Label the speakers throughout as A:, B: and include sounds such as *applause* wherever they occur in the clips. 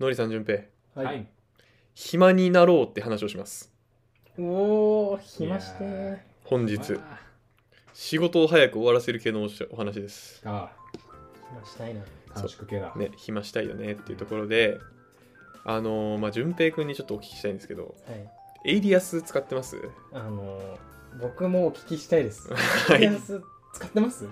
A: のりさんじゅんぺい
B: はい、
C: はい。
A: 暇になろうって話をします
B: おお暇し
C: いや
B: て
A: 本
C: ー
A: 日仕事を早く終わらせる系のおしお話です
C: あ
B: 暇したいな
C: あ、短縮系だ。
A: ね暇したいよねっていうところであのー、まあ順平くんにちょっとお聞きしたいんですけど
B: はい
A: エイリアス使ってます
B: あのー僕もお聞きしたいで
A: *laughs*
B: す
A: は
B: エ
A: い
B: リアス使ってます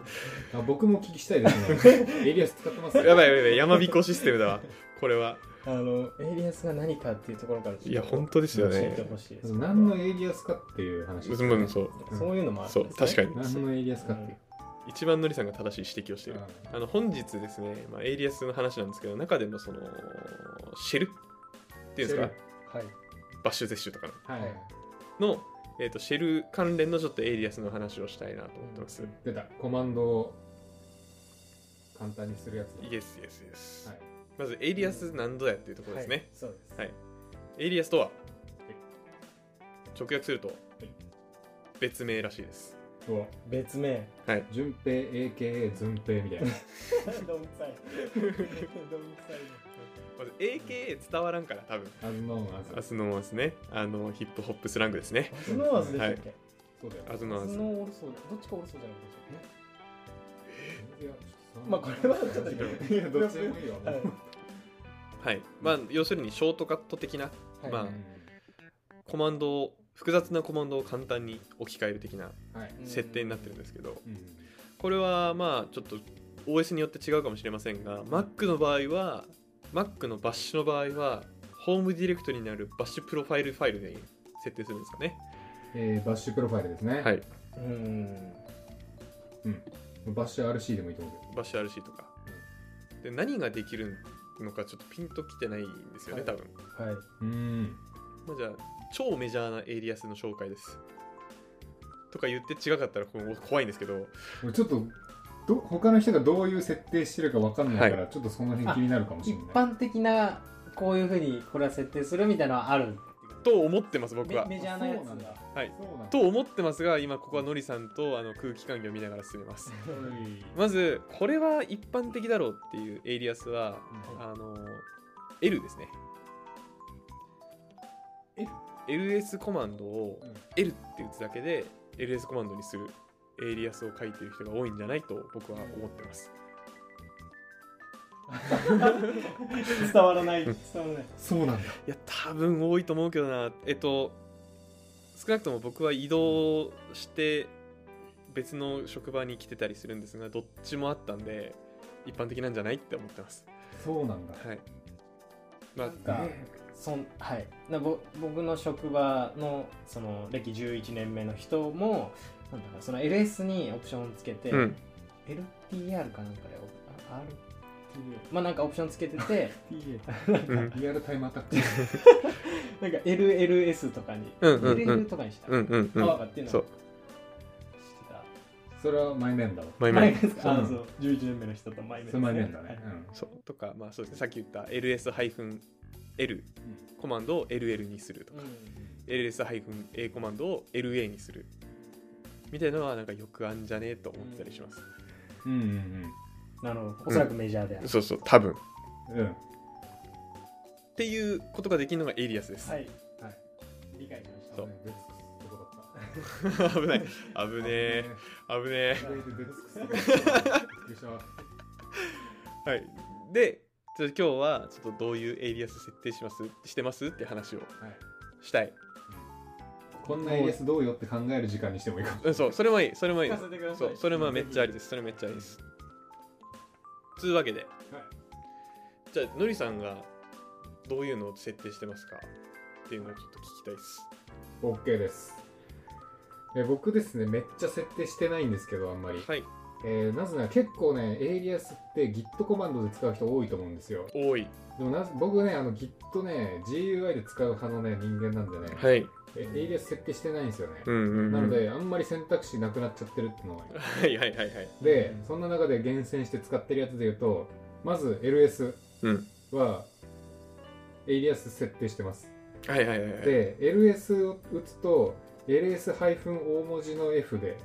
C: あ僕もお聞きしたいですね。
A: *laughs*
C: エリアス使ってます
A: やばいやばいやばい山彦システムだわこれは
B: あのエリアスが何かっていうところから
A: いや本当ですよね
B: 教えてほしいです
C: 何のエイリアスかっていう話です
A: う
C: ね、
A: んそう
B: そういうのもある
A: そ
B: ん
A: う
B: です、ね、
A: 確かに
C: 何のエイリアスかっていう。
A: 一番のりさんが正しい指摘をしている
C: あ
A: あの本日ですね、まあ、エイリアスの話なんですけど中でもそのシェルっていうんですか
B: はい
A: バッシュゼッシュとかの
C: あはい。
A: の、えー、とシェル関連のちょっとエイリアスの話をしたいなと思ってます。
C: 出た。コマンドを簡単にするやつだ。
A: イエスイエスイエス。
C: はい
A: まずエイリアス何度やっていうところです
B: はい
A: ね。
B: そうです
A: はいエイリアスとは、直訳すると別名らしいです。
C: お
B: 別名
A: はい。
C: 順平 AKA 順平みたいな。
A: *laughs*
B: *laughs* *laughs* どんくさいどんくさ
A: まず AKA 伝わらんから多分。
C: アズノーンアズ
A: ア。スノーアスね。あのヒップホップスラングですね。
B: いスノーアズでしたっけ、
C: そうだよ。
A: アスノ
B: ス
A: ー
B: ノーオルソーどっちかオルソーじゃなかったでしたっ
C: いやちょっと
B: まあこれはちょっと
C: いや、どっちでもいいよ。
B: け、はい
A: アス。はい。まあ要するにショートカット的な
B: はい、
A: まコマンドを複雑なコマンドを簡単に置き換える的な
C: あ、はい。
A: 設定になってるんですけど、
C: うん
A: これはまあちょっと OS によって違うかもしれませんが Mac の場合は Mac のバッシュの場合はホームディレクトリにあるバッシュプロファイルファイルで設定するんですかね
C: えーバッシュプロファイルですね。
A: はい
B: うん
C: バッシュ RC でもいいと思うけ
A: バッシュ RC とかで何ができるのかちょっとピンときてないんですよね多
B: はい
A: 分、
B: はい
C: ど。うん。
A: まあ、じゃあ超メジャーなエイリアスの紹介ですとか言って違かったらこう怖いんですけど
C: 俺ちょっとど他の人がどういう設定してるかわかんないから、ちょっとその辺気になるかもしれ
B: 一
C: ない。
B: 般的なこういうふうにこれは設定するみたいなのはある
A: と思ってます僕は
B: メメジャーなやつ
C: そうなんだ
B: が
A: はい
C: そうなんだ
A: と思ってますが今ここはのりさんとあの空気感を見ながら進めます
C: う
A: まずこれは一般的だろうっていうエイリアスは、
C: ん
A: あの L ですね LS コマンドを
C: うん
A: L って打つだけで LS コマンドにするエイリアスを書いてる人が多いんじゃないと僕は思ってますう
B: 伝わらない
A: ん
B: 伝わらない
C: そうなんだ。
A: いや多分多いと思うけどなえっと少なくとも僕は移動して別の職場に来てたりするんですがどっちもあったんで一般的なんじゃないって思ってます
C: そうなんだ。
A: はいまあ
C: が
B: そんはいなぼ僕の職場のその歴11年目の人もなんだかその LS にオプションをつけて、
A: うん
B: LTR かなんかでおあ RTR まあなんかオプションつけてて
A: うん
C: リアルタイムアタック。
B: *laughs* なんか LLS とかに
A: うんうんうん
B: LL とかにした、
A: うんうんうん
B: とかっていうの
A: そ
B: を
A: う
B: してた
C: それはマイメンだわ。
A: マイメ
B: 前
A: ン
B: ですか
C: うん
B: あそう11年目の人と前目
C: それマイメンだね。
A: そうとか、まあそうですね、さっき言った LS-L
C: う
A: コマンドを LL にするとか、
B: はい
A: LS-A コマンドを LA にするみたいなのはなんかよくあんじゃねえと思ってたりします。
C: ん。うんうん
B: なるほどおそらくメジャーである、
A: そうそう、多分。っ
C: うん。うん。
A: ていうことができるのがエイリアスです。
B: はい、
C: はい
B: 理解しました
A: そう
C: あデックスどこだった。
A: *laughs* 危ない。危ねえ。危ねえ。
C: 意外とデックスびっくりした
A: はい。で、ちょっと今日はちょっとどういうエイリアス設定しますしてますって話を
C: はい
A: したい。
C: こんなエイリアスどうよって考える時間にしてもいいかも。
A: うん、そう、それもいい。それもいいで
B: 聞か
A: す
B: せ。てくださ
A: そ、
B: いう
A: それもめっちゃありです。それめっちゃありです。つうわけで、じゃあ、のりさんがどういうのを設定してますかっていうのをちょっと聞きたいです。
C: OK です。え僕ですね、めっちゃ設定してないんですけど、あんまり。
A: はい、
C: えーなぜなら結構ね、エイリアスって Git コマンドで使う人多いと思うんですよ。
A: 多い。
C: でもな僕ね、あの Git ね、GUI で使う派のね、人間なんでね、
A: はい。
C: えエイリアス設定してないんですよね。
A: うんうん、うん。
C: なの、で、あんまり選択肢なくなっちゃってるってのがありま
A: はいはいはいはい。
C: す。で
B: うん、
C: そんな中で厳選して使ってるやつで言うと、まず LS
A: うん。
C: は、エイリアス設定してます。
A: はいはいはいはい。
C: で、LS を打つと、LS- 大文字の F で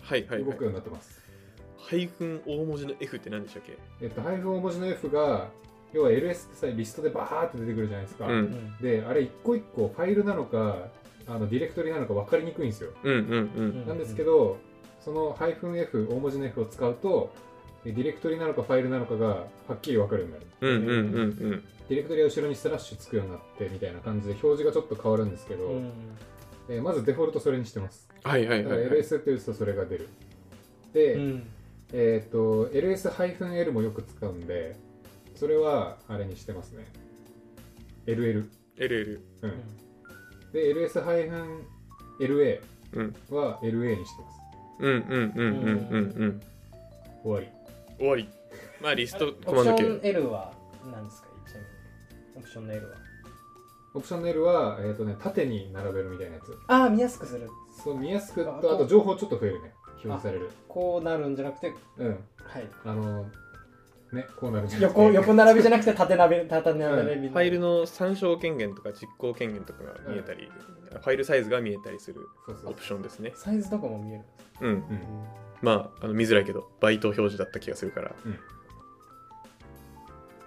A: はいはい
C: 動
A: はい
C: く。ようになってます。
A: ハイフン大文字の F って何でしたっけ
C: えっと、配布大文字の F が要は LS ってさリストでバーって出てくるじゃないですか、
A: うん
B: うん
C: であれ一個一個ファイルなのかあのディレクトリなのか分かりにくいんですよ、
A: うんうん
C: なんですけどそのハイフン F 大文字の F を使うとディレクトリなのかファイルなのかがはっきり分かるようになる
A: うんうんうんうんうん
C: ディレクトリは後ろにスラッシュつくようになってみたいな感じで表示がちょっと変わるんですけど、
B: うん
C: えーまずデフォルトそれにしてます
A: はいはい
C: だか
A: は
C: ら
A: いはい
C: LS って打つとそれが出るで、
B: うん
C: えっ、と LS-L もよく使うんでそれはあれにしてますね LL
A: LL
C: うん、
B: うん
C: で LS-LA
A: うん
C: は LA にしてます
A: うんうんうんうんうんうん
C: 終わり
A: 終わりまあリストコ
B: オ
A: マ
B: プ
A: ン
B: シ
A: ド系
B: ョン L は何ですかちなみにオプションの L は
C: オプションの L は、えーとね、縦に並べるみたいなやつ
B: ああ見やすくする
C: そう見やすく
B: あ
C: と
B: こ
C: あ
B: う
C: と情報ちょっと増えるね表示される
B: こうなるんじゃなくて
C: うん
B: はい
C: あのねこうなるじゃん
B: *laughs* 横横並びじゃなくて縦並び縦並びみ
A: フ
B: た
A: ァ
B: い
A: イル
B: な
A: の参照権限とか実行権限とかが見えたり、ファイルサイズが見えたりする
C: そうそ
A: オ
C: う
A: プションですね。
B: サイズとかも見える
A: うん。
C: うん
A: まあ、あの見づらいけど、バイト表示だった気がするから、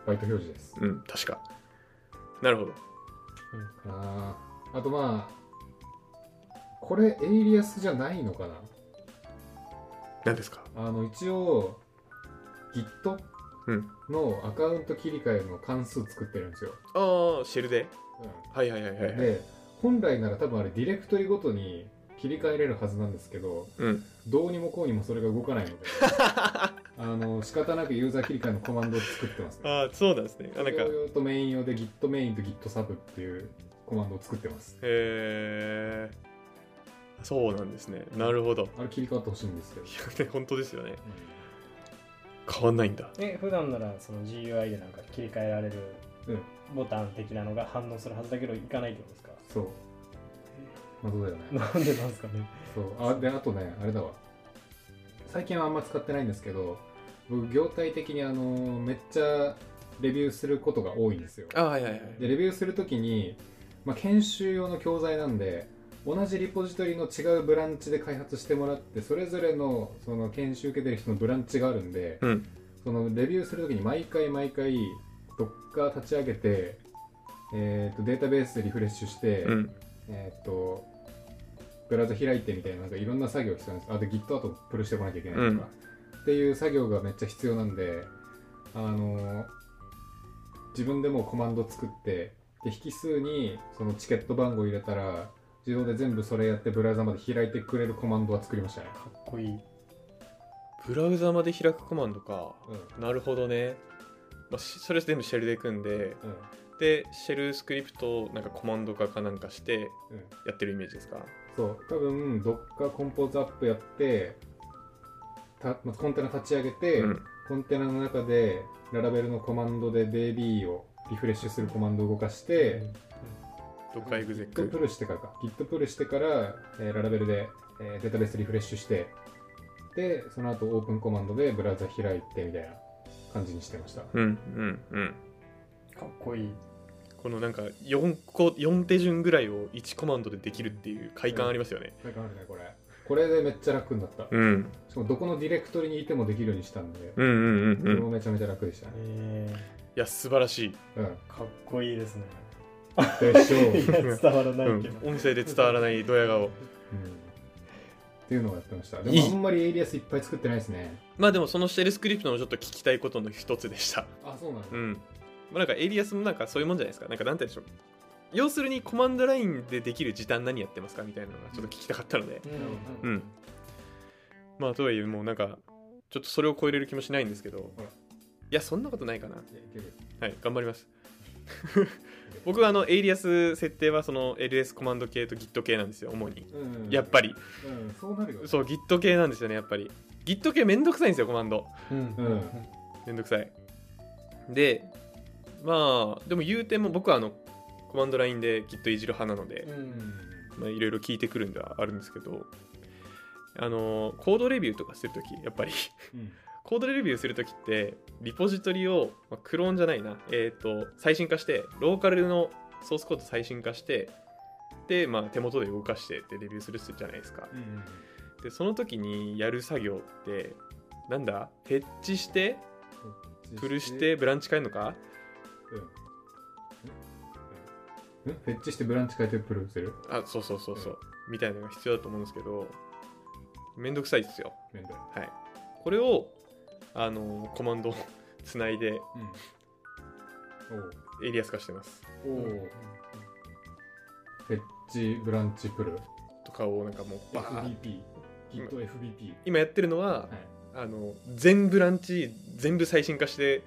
C: バイト表示です
A: うん、確か。なるほど。
C: あーあとまあこれエイリアスじゃないのかな
A: 何ですか
C: あの一応 Git
A: うん
C: のアカウント切り替えの関数作ってるんですよ、
A: ああ、シェルで。はいはいはいはいはい。
C: で本来なら多分あれディレクトリごとに切り替えれるはずなんですけど
A: うん。
C: どうにもこうにもそれが動かな
A: *laughs*
C: いのであの仕方なくユーザー切り替えのコマンドを作ってますね
A: ああ、そうなんですね。あなんか
C: 商、用とメイン用で Git メインと Git サブっていうコマンドを作ってます
A: えー、そうなんですね。なるほど。い
C: あれ切り替わってほしいんですけど、
A: や、ね、本当ですよね。
C: うん
A: 変わんないんだ。
B: え普段ならその GUI でなんか切り替えられる
C: うん
B: ボタン的なのが反応するはずだけどいかないってことですか
C: そう謎だよね
B: *laughs* なんでなんですかね
C: そうあであとねあれだわ最近はあんま使ってないんですけど僕業態的にあのめっちゃレビューすることが多いんですよ
A: ああ、はいはいはい。
C: でレビューするときに、まあ、研修用の教材なんで同じリポジトリの違うブランチで開発してもらってそれぞれのその研修受けてる人のブランチがあるんで
A: うん。
C: そのレビューするときに毎回毎回どっか立ち上げて、えー、とデータベースでリフレッシュして、
A: うん。
C: えーっと、ブラウザ開いてみたいな、なんかいろんな作業必要なんです。あと Git あとプルしてこなきゃいけないとか、っていう作業がめっちゃ必要なんで、あのー自分でもうコマンド作って、で、引数にそのチケット番号入れたら、自動で全部それやってブラウザまで開いてくれるコマンドは作りましたね。
B: かっこいい
A: ブラウザまで開くコマンドか。
C: うん。
A: なるほどね。まあ、しそれ全部シェルで組んで、
C: うん。
A: でシェルスクリプトをなんかコマンド化かなんかして
C: うん。
A: やってるイメージですか
C: そう、多分、どっかコンポーズアップやって、たまあコンテナ立ち上げて、
A: うん
C: コンテナの中でララベルのコマンドで DB をリフレッシュするコマンドを動かして、
A: ドッカーエグゼッ
C: Git プ
A: ク
C: ルしてからか Git プルしてから、えーララベルで、えーデータベースリフレッシュしてでその後オープンコマンドでブラウザ開いてみたいな感じにしてました
A: うんうんうん
B: かっこいい
A: このなんか4個四手順ぐらいを1コマンドでできるっていう快感ありますよね
C: これかるねこれこれでめっちゃ楽になった、
A: うん
C: しかもどこのディレクトリにいてもできるようにしたんで、
A: うんうんうん
C: こ
A: う
C: れ
A: ん
C: も
A: い
C: めちゃめちゃ楽でしたね、
B: え
A: や素晴らしい、
C: うん
B: ー、かっこいいですね
C: で
A: *laughs*
C: しょう、
B: いや伝わらな
A: う
B: いけ
A: ん
B: ど、、
A: 音声で伝わらないドヤ顔
C: うんっていうのをやってましたで
A: いい
C: もあんまりエイリアスいっぱい作ってないですね
A: まあでもそのシェルスクリプトのちょっと聞きたいことの一つでした
C: あそうなんだ、
A: うんまあなんかエイリアスもなんかそういうもんじゃないですかなんかなんて言うんでしょう要するにコマンドラインでできる時短何やってますかみたいなのがちょっと聞きたかったので、
B: う
C: なるほ
A: うん。まあとはいえもうなんかちょっとそれを超えれる気もしないんですけど
C: ら
A: いやそんなことないかない
C: やいける
A: はい頑張ります僕はあのエイリアス設定はその LS コマンド系と Git 系なんですよ主に
C: うん
A: やっぱり
C: うん、そうなるよね
A: そう Git 系なんですよねやっぱり Git 系めんどくさいんですよコマンド
B: うん
C: うん
A: めんどくさいでまあでも言うても僕はあのコマンドラインで Git いじる派なので、
C: うん
A: まあ、いろいろ聞いてくるんではあるんですけどあのコードレビューとかするときやっぱり
C: うん
A: コードレビューするときって、リポジトリを、まあクローンじゃないな、えっ、と、最新化して、ローカルのソースコード最新化して、で、まあ、手元で動かしてってレビューするじゃないですか。
C: うん
A: で、その時にやる作業って、なんだ、フェッチして、プルして、ブランチ変えるのか
C: うん。んフェッチしてブランチ変えてプルーする
A: あそうそうそうそう、みたいなのが必要だと思うんですけどめんどくさいですよ
C: 面倒い。
A: はいこれをあのコマンドを *laughs* つないで
C: う
A: エリアス化してます
C: ん。おお、
B: うん
C: フェッチブランチプル。
A: とかをなんかもうバーン
C: FBP。きっと FBP。
A: 今やってるのは、
C: はい。
A: あの全ブランチ全部最新化して、
C: うん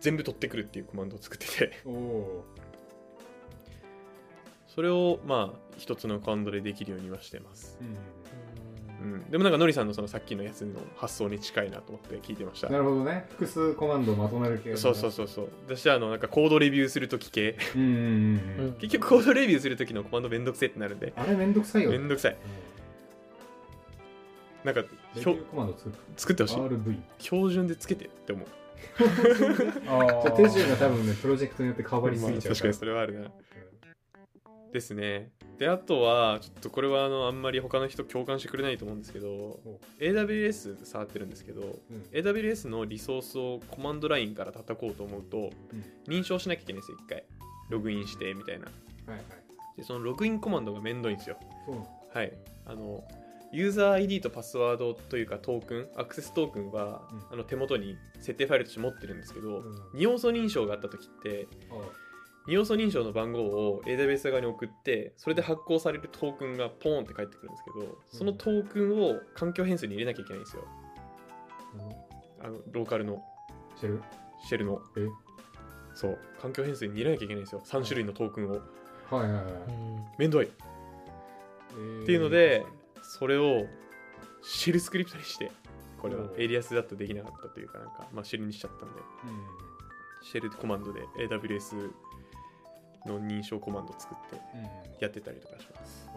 A: 全部取ってくるっていうコマンドを作ってて
C: おお
A: それをまあ一つのコマンドでできるようにはしてます、
C: ー。うん。
A: うん、でもなんかのりさんのそのさっきのやつの発想に近いなと思って聞いてました
C: なるほどね。複数コマンドをまとめる系の。
A: そうそうそうそう私はあのなんかコードレビューするとき系
C: うんうんうんうん。
A: 結局コードレビューするときのコマンドめんどくせえってなるんで
C: あれめんどくさいよね。
A: めんどくさいなんか
C: レ
A: ひ
C: ビ
A: ょ
C: ューコマンド作る。
A: 作ってほしい
C: RV。
A: 標準でつけてって思う
C: じゃあ手順が多分ね、プロジェクトによって変わりすぎちゃ
A: 確か
C: うから。
A: にそれはあるなですね。で、あとは、ちょっとこれはあのあんまり他の人共感してくれないと思うんですけど、AWS 触ってるんですけど、
C: うん。うん
A: AWS のリソースをコマンドラインから叩こうと思うと、認証しなきゃいけないんですよ、一回。ログインしてみたいな。
C: はいはい。
A: で、そのログインコマンドがめんどいんですよ。
C: そうな
A: はい。あの、ユーザー ID とパスワードというかトークン、アクセストークンは、
C: うん
A: あの手元に設定ファイルとして持ってるんですけど、
C: うん
A: 二要素認証があった時って、
C: の。あ
A: 二要素認証の番号を AWS 側に送ってそれで発行されるトークンがポーンって返ってくるんですけどそのトークンを環境変数に入れなきゃいけないんですよ
C: あの
A: あのローカルの
C: シェル
A: シェルの
C: え
A: そう環境変数に入れなきゃいけないんですよ3種類のトークンを
C: はいはいはい。
A: めんどいっ
C: って
A: いうのでそれをシェルスクリプトにしてこれは
C: おう
A: エリアスだとできなかったというかなんか、まあ、シェルにしちゃったんで
C: うん
A: シェルコマンドで AWS の認証コマンド作って
C: うん
A: やってたりとかします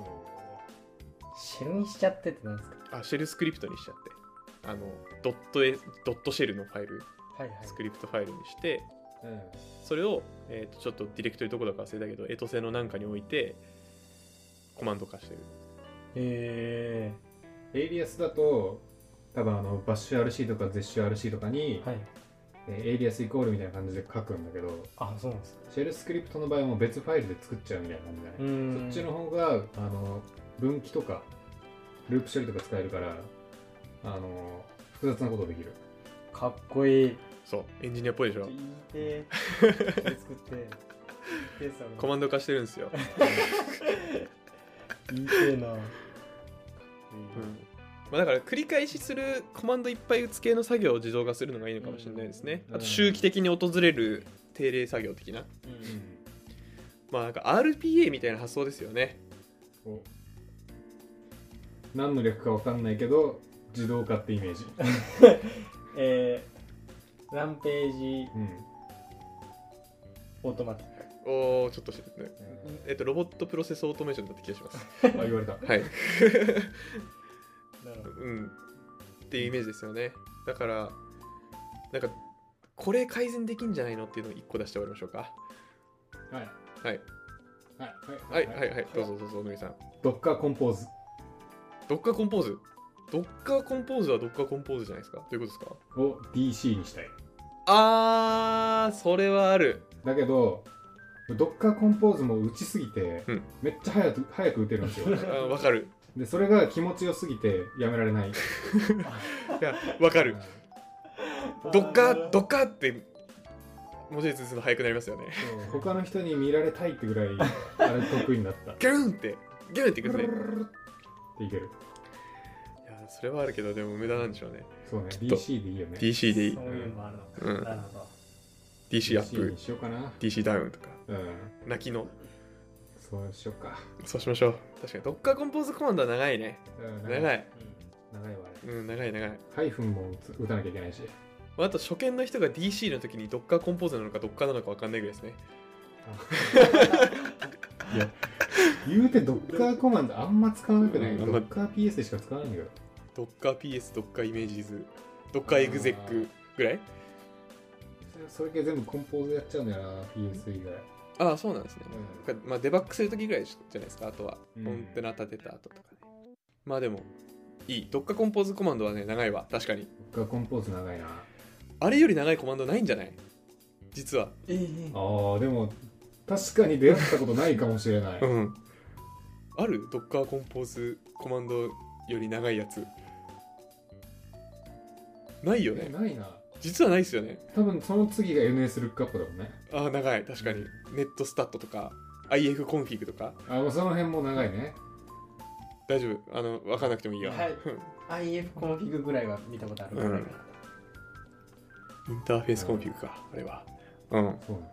B: シェルにしちゃってってなんですか
A: あシェルスクリプトにしちゃってあのドットエドットシェルのファイル
B: はいはい
A: スクリプトファイルにして
C: うんうん
A: それを、えー、とちょっとディレクトリどこだか忘れたけどエトセのなんかに置いてコマンド化してる
B: へ
C: エイリアスだと多分あのバッシュ RC とかゼッシュ RC とかに、
B: えはい
C: えーエイリアスイコールみたいな感じで書くんだけど
B: あそうなんですか
C: シェルスクリプトの場合はもう別ファイルで作っちゃうみたいな感じだね、そっちの方があの分岐とかループ処理とか使えるからあの複雑なことできる
B: かっこいい
A: そうエンジニアっぽいでし
B: ちょっ
A: ょ
B: と言いてーこれ作って言いてーさ
A: コマンド化してるんですよ、
B: 言いてー
A: う
B: な
A: んまあ、だから繰り返しするコマンドいっぱい打つ系の作業を自動化するのがいいのかもしれないですね
C: うん
A: あと周期的に訪れる定例作業的な
B: うん
A: まあなんか RPA みたいな発想ですよね
C: お何の略か分かんないけど自動化ってイメージ、
B: えーランページ
C: うん
B: オートマティック
A: おおちょっとしえっとロボットプロセスオートメーションだった気がします
C: あ言われた
A: はい
B: なるほど
A: うん、っていうイメージですよねだからなんかこれ改善できんじゃないのっていうのを1個出して終わりましょうか
C: はい
A: はい
C: は
A: はいはいはいどうぞどうぞのりさん
C: ドッカーコンポーズ
A: ドッカーコンポーズドッカーコンポーズはドッカーコンポーズじゃないですかということですか
C: を DC にしたい
A: あーそれはある
C: だけどドッカーコンポーズも打ちすぎて、
A: うん
C: めっちゃ早く早く打てるんですよ
A: *laughs* あーわかる
C: でそれが気持ちよすぎてやめられない
A: いやわか *laughs* るドッカ
B: あ
A: ードッカーって文字列するの早くなりますよね
C: そう他の人に見られたいってぐらいあれ得意になった
A: ギューンってギューンっていくんですね
C: っていける
A: いやそれはあるけどでも無駄なんでしょうね
C: そうね
A: っと
C: DC でいいよね
A: DC でいい、
B: そういうのもあるのか、
A: うん
B: なるほど
A: DC アッ
C: DC
A: プ
C: にしようかな
A: DC ダウンとか
C: うん
A: 泣きの
C: そうしようか
A: そうしましょう。確かに、ドッカーコンポーズコマンドは長いね。
C: うん
A: 長い。
C: 長いわあれ
A: うん、長い長い。ま
C: ハイフンも打つ打たなきゃいけないし
A: あ、あと、初見の人が DC の時にドッカーコンポーズなのかドッカーなのか分かんないぐらいですね。
C: いや言うてドッカーコマンドあんま使わなくない
A: うん
C: ド
A: あんま
C: ッカー PS でしか使わないんだけど
A: ドッカー PS、ドッカーイメージズ、ドッカーエグゼックぐらい
C: それ系全部コンポーズやっちゃうんだよな PS 以外
A: ああ、そうなんですね。まあ、デバッグする時ぐらいじゃないですか。あとは、
C: うん
A: コンテナ立てた後とかね。まあでも、いい。ドッカーコンポーズコマンドはね、長いわ。確かに。
C: 僕はコンポーズ長いな
A: あれより長いコマンドないんじゃない実は
B: ええ
C: ああでも確かに出会ったことないかもしれない、
A: うんあるドッカーコンポーズコマンドより長いやつないよね
C: えないな
A: 実はないですよね
C: 多分その次が NS ルックアップだもんね
A: ああ長い確かにネットスタットとか IF コンフィグとか
C: あもうその辺も長いね
A: 大丈夫あの分かんなくてもいいよ、
B: はい
A: イ
B: IF コンフィグぐらいは見たことあるか
A: う
B: ら
A: んンターフェースコンフィグか、あれはうん
C: そうなんだ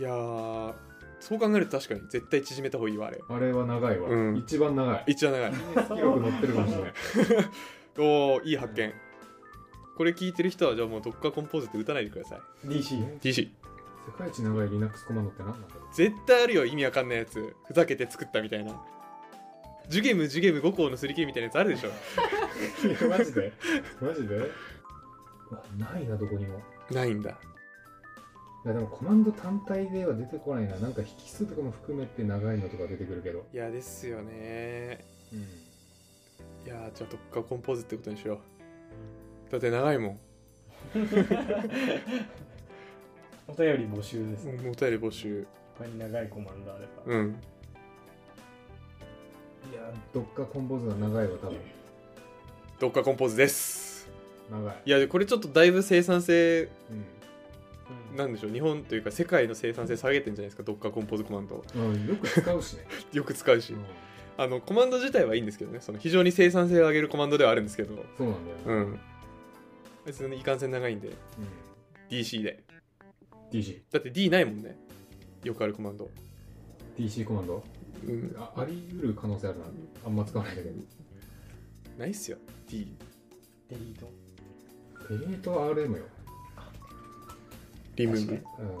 A: いやーそう考えると確かに絶対縮めた方がいいわあれ
C: あれは長いわ、
A: うん
C: 一番長い
A: 一番 *laughs* 長い
C: 広く載ってるかもしれない
A: おーいい発見、これ聞いてる人はじゃあもうドッカーコンポーズって打たないでください
B: DC
A: DC
C: 世界一長い Linux コマンドって何なんだろう
A: 絶対あるよ意味わかんないやつふざけて作ったみたいなジュゲムジュゲム5項の 3K みたいなやつあるでしょ
C: い *laughs* やマジでマジでうわないなどこにもい
A: ないんだ
C: やでもコマンド単体では出てこないななんか引数とかも含めて長いのとか出てくるけど、
A: いやですよね
C: うん、
A: いやーじゃあどっかコンポーズってことにしようだって長いもん
B: *laughs* お便り募集ですね
A: うんお便り募集
B: 他に長いコマンドあれば
A: うん
C: いやどっかコンポーズが長いわ多分
A: どっかコンポーズです
C: 長い
A: いやでこれちょっとだいぶ生産性
C: う
A: なんでしょう日本というか世界の生産性下げてんじゃないですかどっかコンポーズコマンド
C: ん、うん、よく使うしね、
A: よく使うし、
C: *laughs* うん、
A: あのコマンド自体はいいんですけどねその非常に生産性を上げるコマンドではあるんですけど
C: そうなんだよね、
A: うん別にいかんせん長いんで
C: うん
A: DC で
C: DC
A: だって D ないもんねよくあるコマンド
C: DC コマンド
A: うん
C: ああり得る可能性あるなあんま使わないんだけど
A: ないっすよ D
B: デリート
C: デリート RM よ、
A: リムー
B: 確
A: ブ
B: か
C: う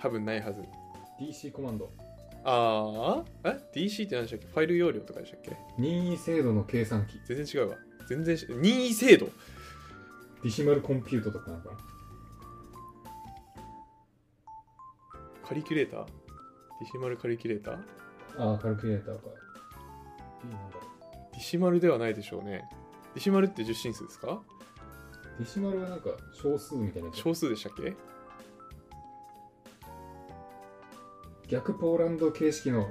A: 多分ないはず
C: ん、DC コマンド
A: ああえ DC って何でしたっけファイル容量とかでしたっけ
C: 任意精度の計算機
A: 全然違うわ全然し任意制度
C: ディシマルコンピュートとかなんか
A: カリキュレーターディシマルカリキュレーター
C: ああカルキュレーターかいいなんだろ
A: ディシマルではないでしょうねディシマルって10進数ですか
C: うディシマルはなんか小数みたいなやつ
A: 小数でしたっけ
C: 逆ポーランド形式の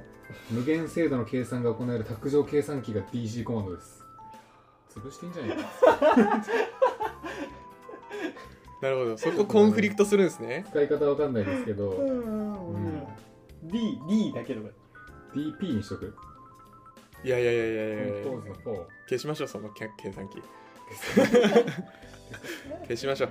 C: 無限精度の計算が行える卓上計算機が DC コマンドです潰していいんじゃないか
A: なるほどそこコンフリクトするんですね
C: 使い方わかんないですけ
B: う
C: ど、うんん、
B: D D だけど
C: DP にしとく
A: いやいやいやいやい
C: コン
A: やいや
C: ポーズの4
A: 消しましょうそのけ計算機消しましょ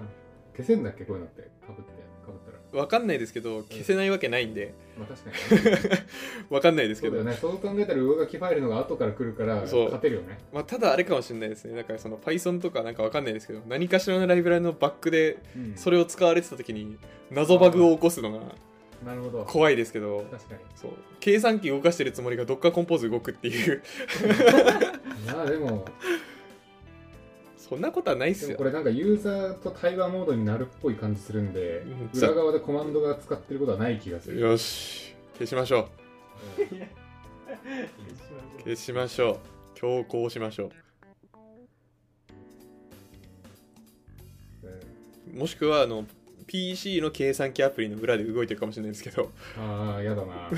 C: 消せんだっけこういうのってかぶってかぶったら
A: うわかんないですけど消せないわけないんで
C: まあ確かに、ね、
A: わかんないです
C: そ
A: け
C: うだ
A: ど
C: よねそう考えたら上書きファイルのが後から来るから
A: そう
C: 勝てるよね
A: まあ、ただあれかもしれないですねだからその Python とかなんかわかんないですけど何かしらのライブラリのバックで
C: うん
A: それを使われてた時に謎バグを起こすのが
C: なるほど
A: 怖いですけど
C: 確かに
A: そう計算機動かしてるつもりがどっかコンポーズ動くっていう *laughs*
C: まあでも
A: そんなことはないっす
C: でも
A: よ
C: これなんかユーザーと対話モードになるっぽい感じするんで
A: うん
C: 裏側でコマンドが使ってることはない気がする
A: よし消しましょう消しましょう強行しましょ
C: うん
A: うもしくはあの PC の計算機アプリの裏で動いてるかもしれないですけど
C: ああやだな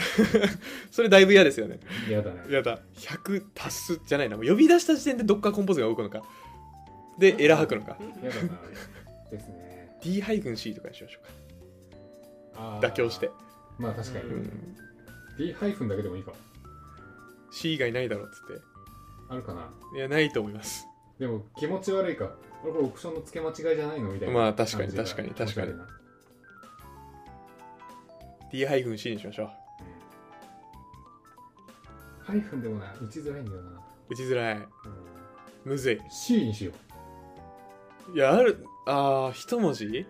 A: それだいぶ嫌ですよね
C: やだね
A: やだ100足すじゃないなもう呼び出した時点でどっかコンポーズが動くのかでエラー吐くのか
C: やだなですね
A: D-C とかにしましょう
C: あー
A: か妥協して、
C: まあ確かに、
B: う
A: うんん、
C: D ハイフンだけでもいいか
A: C 以外ないだろうっつっ
C: あるかな
A: ていやないと思います
C: でも気持ち悪いかこれこれオプションの付け間違いじゃないのみたいな
A: まあ確かに
C: 感じが
A: 確かに確かに
C: 気持ち悪いな
A: D-C にしましょう
C: うんハイフンでもな打ちづらいんだよな、
A: 打ちづらい
C: うん
A: むずい
C: C にしよう
A: いやあるあー一文字い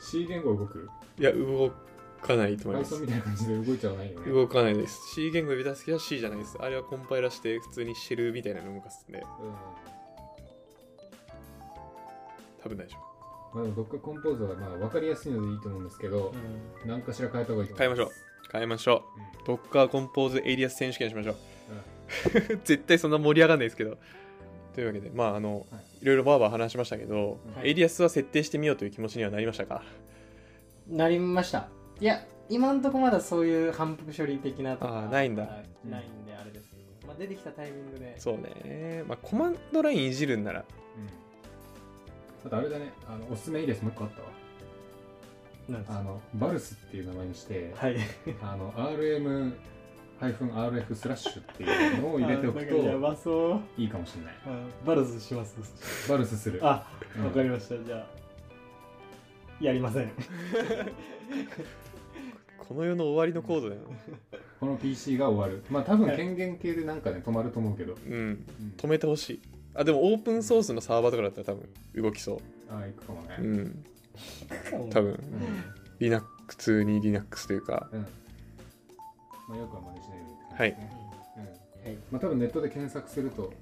C: C 言語動く
A: や動かないと思います
C: Python みたいな感じで動いちゃわないよね
A: 動かないです C 言語呼び出す時は C じゃないですあれはコンパイラして普通にシェルみたいなの動かすんで
C: うん
A: 多分大丈
C: まあ、でもどっかコンポーズはまあ分かりやすいのでいいと思うんですけど、何かしら変えた方がいいと思います
A: 変えまし夫変えましょ
C: うん
A: う *laughs* Docker コンポーズエイリアス選手権しましょう絶対そんな盛り上がんないですけどというわけで、まあ、あの、
C: はい
A: いろいろバーバー話しましたけど、
B: はい
A: エリアスは設定してみようという気持ちにはなりましたか
B: なりましたいや今んとこまだそういう反復処理的なとか
A: あーないんだ
B: はいないんであれですけど、まあ、出てきたタイミングで
A: そうね。まあ、コマンドラインいじるんなら、
C: あとあれだねあのおすすめいいですもう一個あったわ
B: なんです
C: あのバルスっていう名前にして
B: はい
C: あの RM-RF スラッシュっていうのを入れておく
B: あーなんかや
C: と
B: ばそう
C: いいかもしれない
B: あーバルズします
C: バルスする
B: あ
C: うん
B: わかりましたじゃあやりません
A: この世の終わりのコードだよ。
C: この PC が終わるまあ多分権限系でなんかね止まると思うけど、
A: うん。
C: うん
A: 止めてほしい。あ、でもオープンソースのサーバーとかだったら多分動きそ
C: ああいくかもね
A: う。うん。多分、Linux、普通に Linux というか、
C: うん、うんまあ、よくは真似しないでって感じねうん
B: はい
C: まあ、多分ネットで検索すると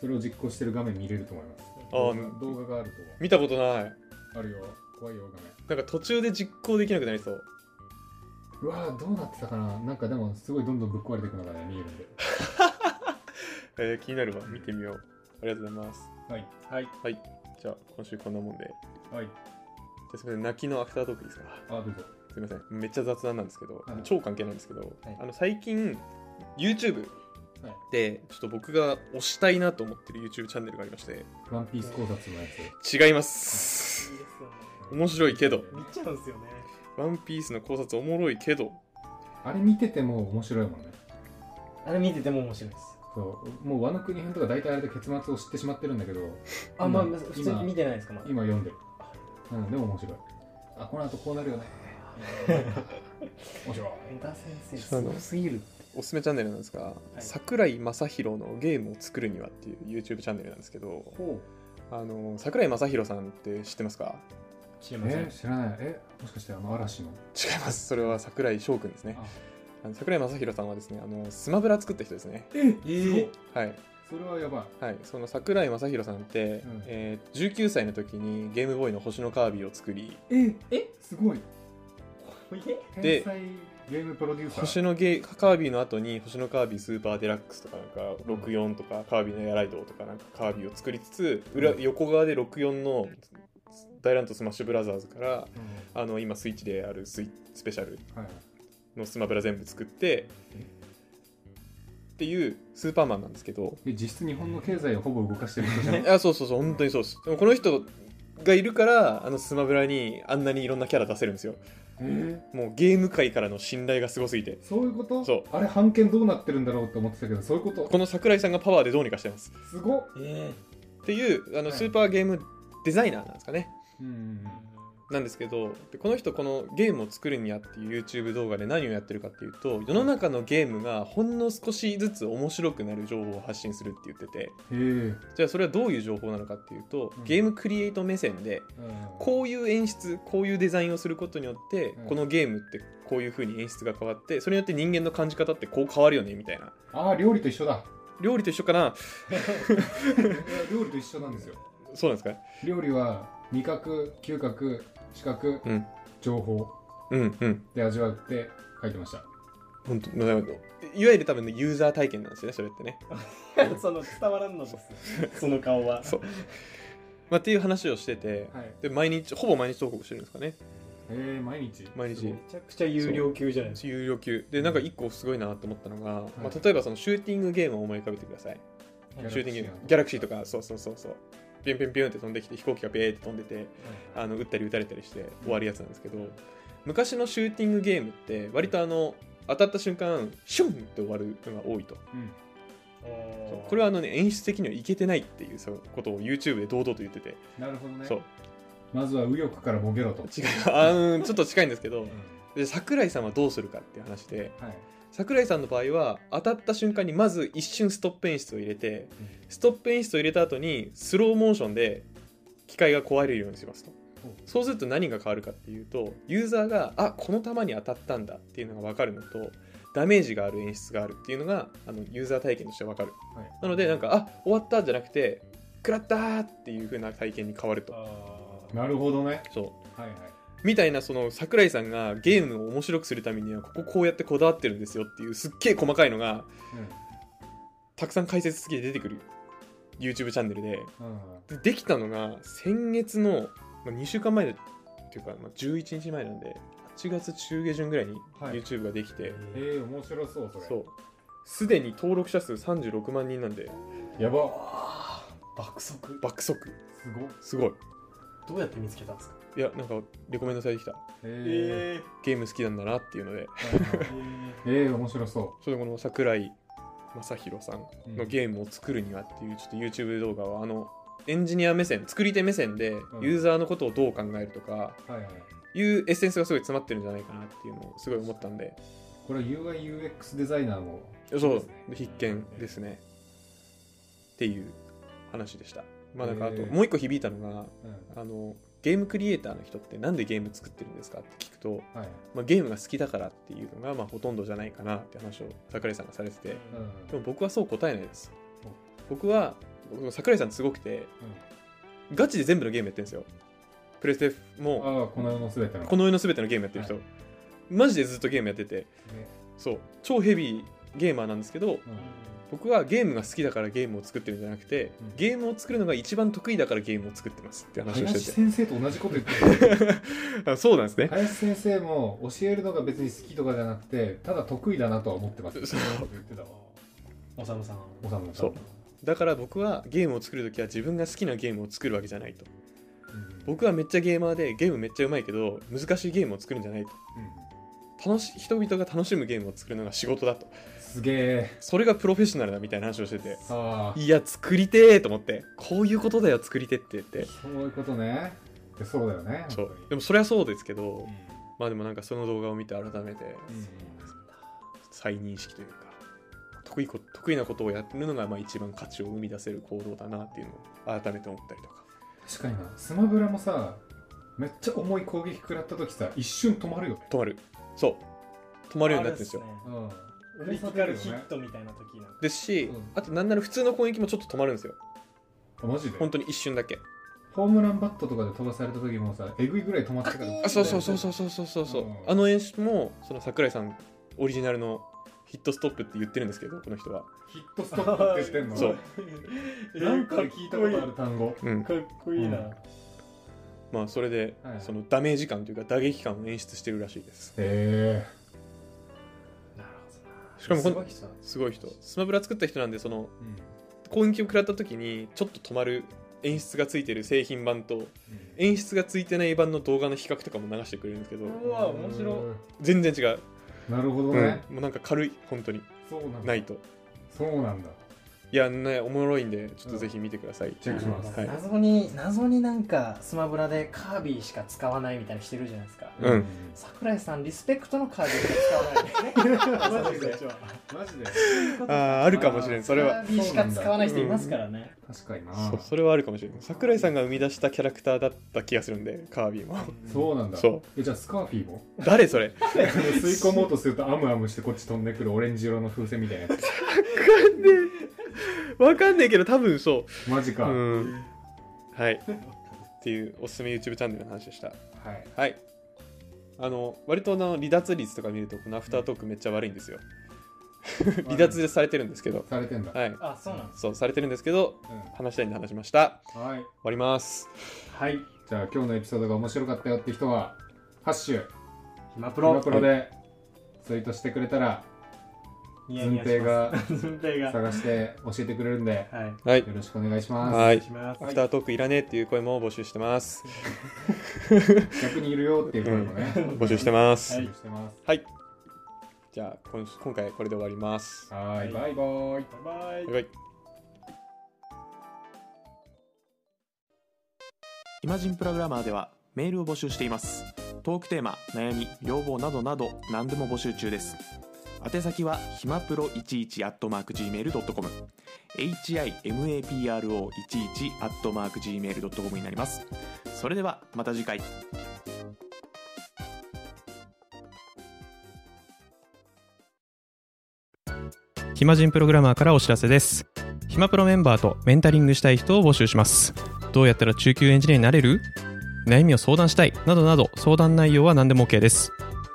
C: それを実行してる画面見れると思います
A: あ
C: 動
A: うん
C: 画動画があると思
A: 見たことない。
C: うあるよ怖いよ画面
A: なんか途中で実行できなくなりそう。
C: うわーどうなってたかななんかでもすごいどんどんぶっ壊れていくのがね見えるんで
A: えー気になるわ。見てみよう。ありがとうございます。
C: はい
B: はい
A: はい。じゃあ、今週こんなもんで。じ
C: はい
A: ゃあすみません、泣きのアフタートークいいですか。
C: あどうぞ
A: すみません、めっちゃ雑談なんですけど、
C: はい
A: 超関係ないんですけど、
B: はい
A: あの最近、YouTube
C: はい
A: で、ちょっと僕が推したいなと思ってる YouTube チャンネルがありまして、
C: ワンピース考察のや
A: 違います
B: いい。ですよね
A: 面白いけど、
B: 見ちゃうんですよね
A: ワンピースの考察おもろいけど、
C: つあれ見てても面白いもんね
B: あれ見てても面白いです
C: そうもうワノ国編とか大体あれで結末を知ってしまってるんだけど
B: あ、
C: 今
B: まあ普通に見てないですかまだ
C: 今読んでるうんでも面白いあこの後こうなるよね面白い
B: 江田先生すごすぎる
A: おすすめチャンネルなんですが、
B: い
A: 桜井正宏のゲームを作るにはっていう YouTube チャンネルなんですけど、
C: ほ
A: あの、桜井正宏さんって知ってますか
B: 知り
C: う
B: ません
C: え知らないえもしかしてあの嵐の
A: 違います。それは桜井翔くんですね
C: あ。
A: あの桜井正宏さんはですね、あの、スマブラ作った人ですね。
C: え
B: ー
A: はい。
C: それはやばい
A: はい、その桜井正宏さんって、
C: ん
A: えー19歳の時にゲームボーイの星のカービィを作り
C: ええすごい
A: で
C: 天才ゲームプロデューサ
A: 星
C: ー
A: のゲーカービィの後に星のカービィスーパーデラックスとかなんか64とかカービィのエアライドとかなんかカービィを作りつつ裏
C: うん
A: 横側で64の大乱闘スマッシュブラザーズから
C: うん
A: あの今スイッチであるスイスペシャル
C: はい
A: のスマブラ全部作って
C: え
A: っていうスーパーマンなんですけど
C: で実質日本の経済をほぼ動かしてる人じゃない
A: あそうそうそう本当にそうですでもこの人がいるからあのスマブラにあんなにいろんなキャラ出せるんですよ
C: えー
A: もうゲーム界からの信頼がすごすぎて
C: そういうこと
A: そう
C: あれ判件どうなってるんだろうって思ってたけどそういうこと
A: この桜井さんがパワーでどうにかしてます
C: すごっ
B: え
A: っていうあの
C: はい
A: スーパーゲームデザイナーなんですかね
C: うんうん
A: なんですけどでこの人このゲームを作るにあっていう YouTube 動画で何をやってるかっていうと世の中のゲームがほんの少しずつ面白くなる情報を発信するって言ってて
C: うんへえ
A: じゃあそれはどういう情報なのかっていうと
C: うん
A: ゲームクリエイト目線でこういう演出こういうデザインをすることによって
C: うん
A: このゲームってこういう風に演出が変わってそれによって人間の感じ方ってこう変わるよねみたいな
C: ああ料理と一緒
A: *laughs*
C: だ
A: 料理と一緒かない
C: や料理と一緒なんですよ
A: そうなんですか
C: 料理は味覚嗅覚視覚、
A: うん
C: 情報
A: うんうん
C: で味わうって書いてました
A: 本当なるほどいわゆる多分ねユーザー体験なんですよねそれってね、
B: えその伝わらんの
A: *laughs*
B: ですその顔は
A: そうまあ、っていう話をしてて
C: はいへ
A: で毎日ほぼ毎日投稿してるんですかね
C: え毎日
A: 毎
C: すご
A: 日
C: い
B: めちゃくちゃ有料級じゃないです
A: 有料級でなんか一個すごいなと思ったのが、ま
C: は
A: あ
C: い、
A: 例えばそのシューティングゲームを思い浮かべてください
B: か
C: ギャラク
A: シューティ
C: シー
A: ングゲー
C: な
A: ム
C: んか
A: ギャラクシーとかそうそうそうそうピュンピュンピュンって飛んできて飛行機がベーって飛んでてあの撃ったり撃たれたりして終わるやつなんですけど昔のシューティングゲームって割とあの当たった瞬間シュンって終わるのが多いと
C: うん
A: そう
B: おー
A: これはあの、ね、演出的にはいけてないっていうそうことを YouTube で堂々と言ってて、
C: なるほどね
A: そう
C: まずは右翼からボケろと、
A: 違うあーうんちょっと近いんですけど
C: うん
A: で桜井さんはどうするかっていう話で
C: はい
A: 桜井さんの場合は当たった瞬間にまず一瞬ストップ演出を入れて
C: うん
A: ストップ演出を入れた後にスローモーションで機械が壊れるようにしますと
C: ほう
A: そうすると何が変わるかっていうとユーザーがあこの球に当たったんだっていうのが分かるのとダメージがある演出があるっていうのがあのユーザー体験として分かる
C: はい
A: なのでなんかあ終わったじゃなくて食らったーっていう風な体験に変わると
B: あー
C: なるほどね
A: そう
C: はいはい
A: みたいなその桜井さんがゲームを面白くするためにはこここうやってこだわってるんですよっていうすっげえ細かいのがたくさん解説付きで出てくる YouTube チャンネルで
C: うん
A: でできたのが先月の、まあ、2週間前だっていうか、まあ、11日前なんで8月中下旬ぐらいに
B: はい
A: YouTube ができて、
C: えー、面白そうそれ
A: そうすでに登録者数36万人なんで
C: やば
B: 爆速
A: 爆速
C: すごっ
A: すごい
B: どうやって見つけたんですか
A: いやなんかレコメンドされてきた
C: え
B: え
A: ゲーム好きなんだなって *laughs* いうので
C: ーはいはいえー、面白そ
A: ちょっとこの桜井正宏さん
C: う
A: のゲームを作るにはっていうちょっと YouTube 動画はあのエンジニア目線作り手目線で
C: ん
A: ユーザーのことをどう考えるとか
C: ームはいはい
A: いうエッセンスがすごい詰まってるんじゃないかなっていうのをすごい思ったんで
C: これは UIUX デザイナーも
A: そう必見ですねっていう話でしたまあなんかあと
C: へー
A: もう一個響いたの
C: うん
A: があのゲームクリエイターの人ってなんでゲーム作ってるんですかって聞くと、
C: はい
A: まあ、ゲームが好きだからっていうのがまあほとんどじゃないかなって話を桜井さんがされてて
C: うん
A: でも僕はそう答えないです僕は僕桜井さんすごくてガチで全部のゲームやってるんですよプレステ
C: うん
A: も
C: ああこの世のすべての
A: この世の全てのゲームやってる人、
C: はい
A: マジでずっとゲームやってて
C: ね
A: そう超ヘビーゲーマーなんですけど
C: うん
A: 僕はゲームが好きだからゲームを作ってるんじゃなくて、
C: うん
A: ゲームを作るのが一番得意だからゲームを作ってますって話を
C: 林
A: してて
C: 先生と同じこと
A: *laughs*
C: 言ってる
A: あそうなんですね
C: 林先生も教えるのが別に好きとかじゃなくてただ得意だなとは思ってます
A: そう
C: 言ってたわ
B: おさむさん
C: おさむさん
A: そうだから僕はゲームを作るときは自分が好きなゲームを作るわけじゃないと
C: うん
A: 僕はめっちゃゲーマーでゲームめっちゃうまいけど難しいゲームを作るんじゃないと
C: うん
A: 楽し人々が楽しむゲームを作るのが仕事だと
C: すげえ
A: それがプロフェッショナルだみたいな話をしてて
C: ああ
A: いや作りてーと思ってこういうことだよ作り手って言って
C: そういうことねでそうだよね
A: そ
C: 本
A: う
C: 当に
A: でもそりゃそうですけど、
C: うん
A: まあでもなんかその動画を見て改めて
C: うん
A: 再認識というか得意こ得意なことをやるのがまあ一番価値を生み出せる行動だなっていうのを改めて思ったりとか
C: 確かになスマブラもさめっちゃ重い攻撃食らった時さ一瞬止まるよね
A: 止まるそう止まるようになってるんですよ
C: うん
B: クリティカルヒットみたいな時なんか
A: ですし、
C: うん
A: あとなんなら普通の攻撃もちょっと止まるんですよ
C: あマジで
A: 本当に一瞬だけ
C: ホームランバットとかで飛ばされた時もさえぐいぐらい止まってたから
A: あそうそうそうそうそうそうそうそう、
C: うん
A: あの演出もその桜井さんオリジナルのヒットストップって言ってるんですけどこの人は
C: ヒットストップって言ってんの
A: そう
C: なんか聞いたことある単語
A: うん
B: かっこいいな、
C: うん
A: まあそれで、
C: はい
A: そのダメージ感というか打撃感を演出してるらしいです
C: へ
B: なる
A: しかもこ
B: すご
A: の
B: い人なんです
A: すごい人スマブラ作った人なんでその
C: えうん
A: 攻撃を食らった時にちょっと止まる演出がついてる製品版と演出がついてない版の動画の比較とかも流してくれるんですけど
B: うわ面白
A: 全然違う、
C: いなるほど
A: うん
C: ね
A: もうなんか軽い本当に
C: そうなんだ
A: ないと
C: そうなんだ
A: いやねおもろいんでちょっとぜひ見てください、
C: チェックします
A: はい
B: 謎に謎になんかスマブラでカービィしか使わないみたいにしてるじゃないですか
A: うん
B: 桜井さんリスペクトのカービィしか使わない *laughs*
C: マジでマジで
A: あああるかもしれんそれは
B: カービィしか使わない人いますからね、
C: 確かにな
A: そうそれはあるかもしれない桜井さんが生み出したキャラクターだった気がするんでカービィも
C: そうなんだ
A: そう
C: えじゃあスカーフィーも
A: 誰それ
C: *laughs* 吸い込もうとするとアムアムしてこっち飛んでくるオレンジ色の風船みたいなやつ
A: わかんねえけど多分そ
C: マジ
A: う
C: かは
A: うんはいっていうおすすめ YouTube チャンネルの話でした
C: い
A: はいあの割とあの離脱率とか見るとこのアフタートークめっちゃ悪いんですよ離脱されてるんですけど
C: されてんだ
A: はい
B: あそうなんです
A: そうされてるんですけど
C: う
A: 話したいんで話しました
C: んはい
A: 終わります
B: はい
C: じゃあ今日のエピソードが面白かったよって人は「ハッシュ
B: 今プ
C: プロ
B: ロ
C: プロ」でツイートしてくれたら
B: ニヤニヤ
C: 寸
B: し
C: 定が
B: ます *laughs* 順平が
C: 探して教えてくれるんで
B: はい
A: はい
C: よろしくお願いしま
A: は
B: お願
A: い
B: します
A: アフタートークいらねえっていう声も募集してます
C: す逆にいるよっていう声もね
A: 募集してます
B: は
C: 募
B: い
C: 集してます
A: はいじゃあ今週今回これで終わります
C: はーい
B: は
C: バイバーイ
B: バイバイ
A: バイバイ。イマジンプログラマーではメールを募集しています。トークテーマ、悩み、要望などなど何でも募集中です。宛先はひまプロ11 gmail.com himapro11 gmail.com になります。それではまた次回。
D: ヒマジンプログラマーからお知らせです。ヒマプロメンバーとメンタリングしたい人を募集します。どうやったら中級エンジニアになれる悩みを相談したいなどなど相談内容は何でも OK です。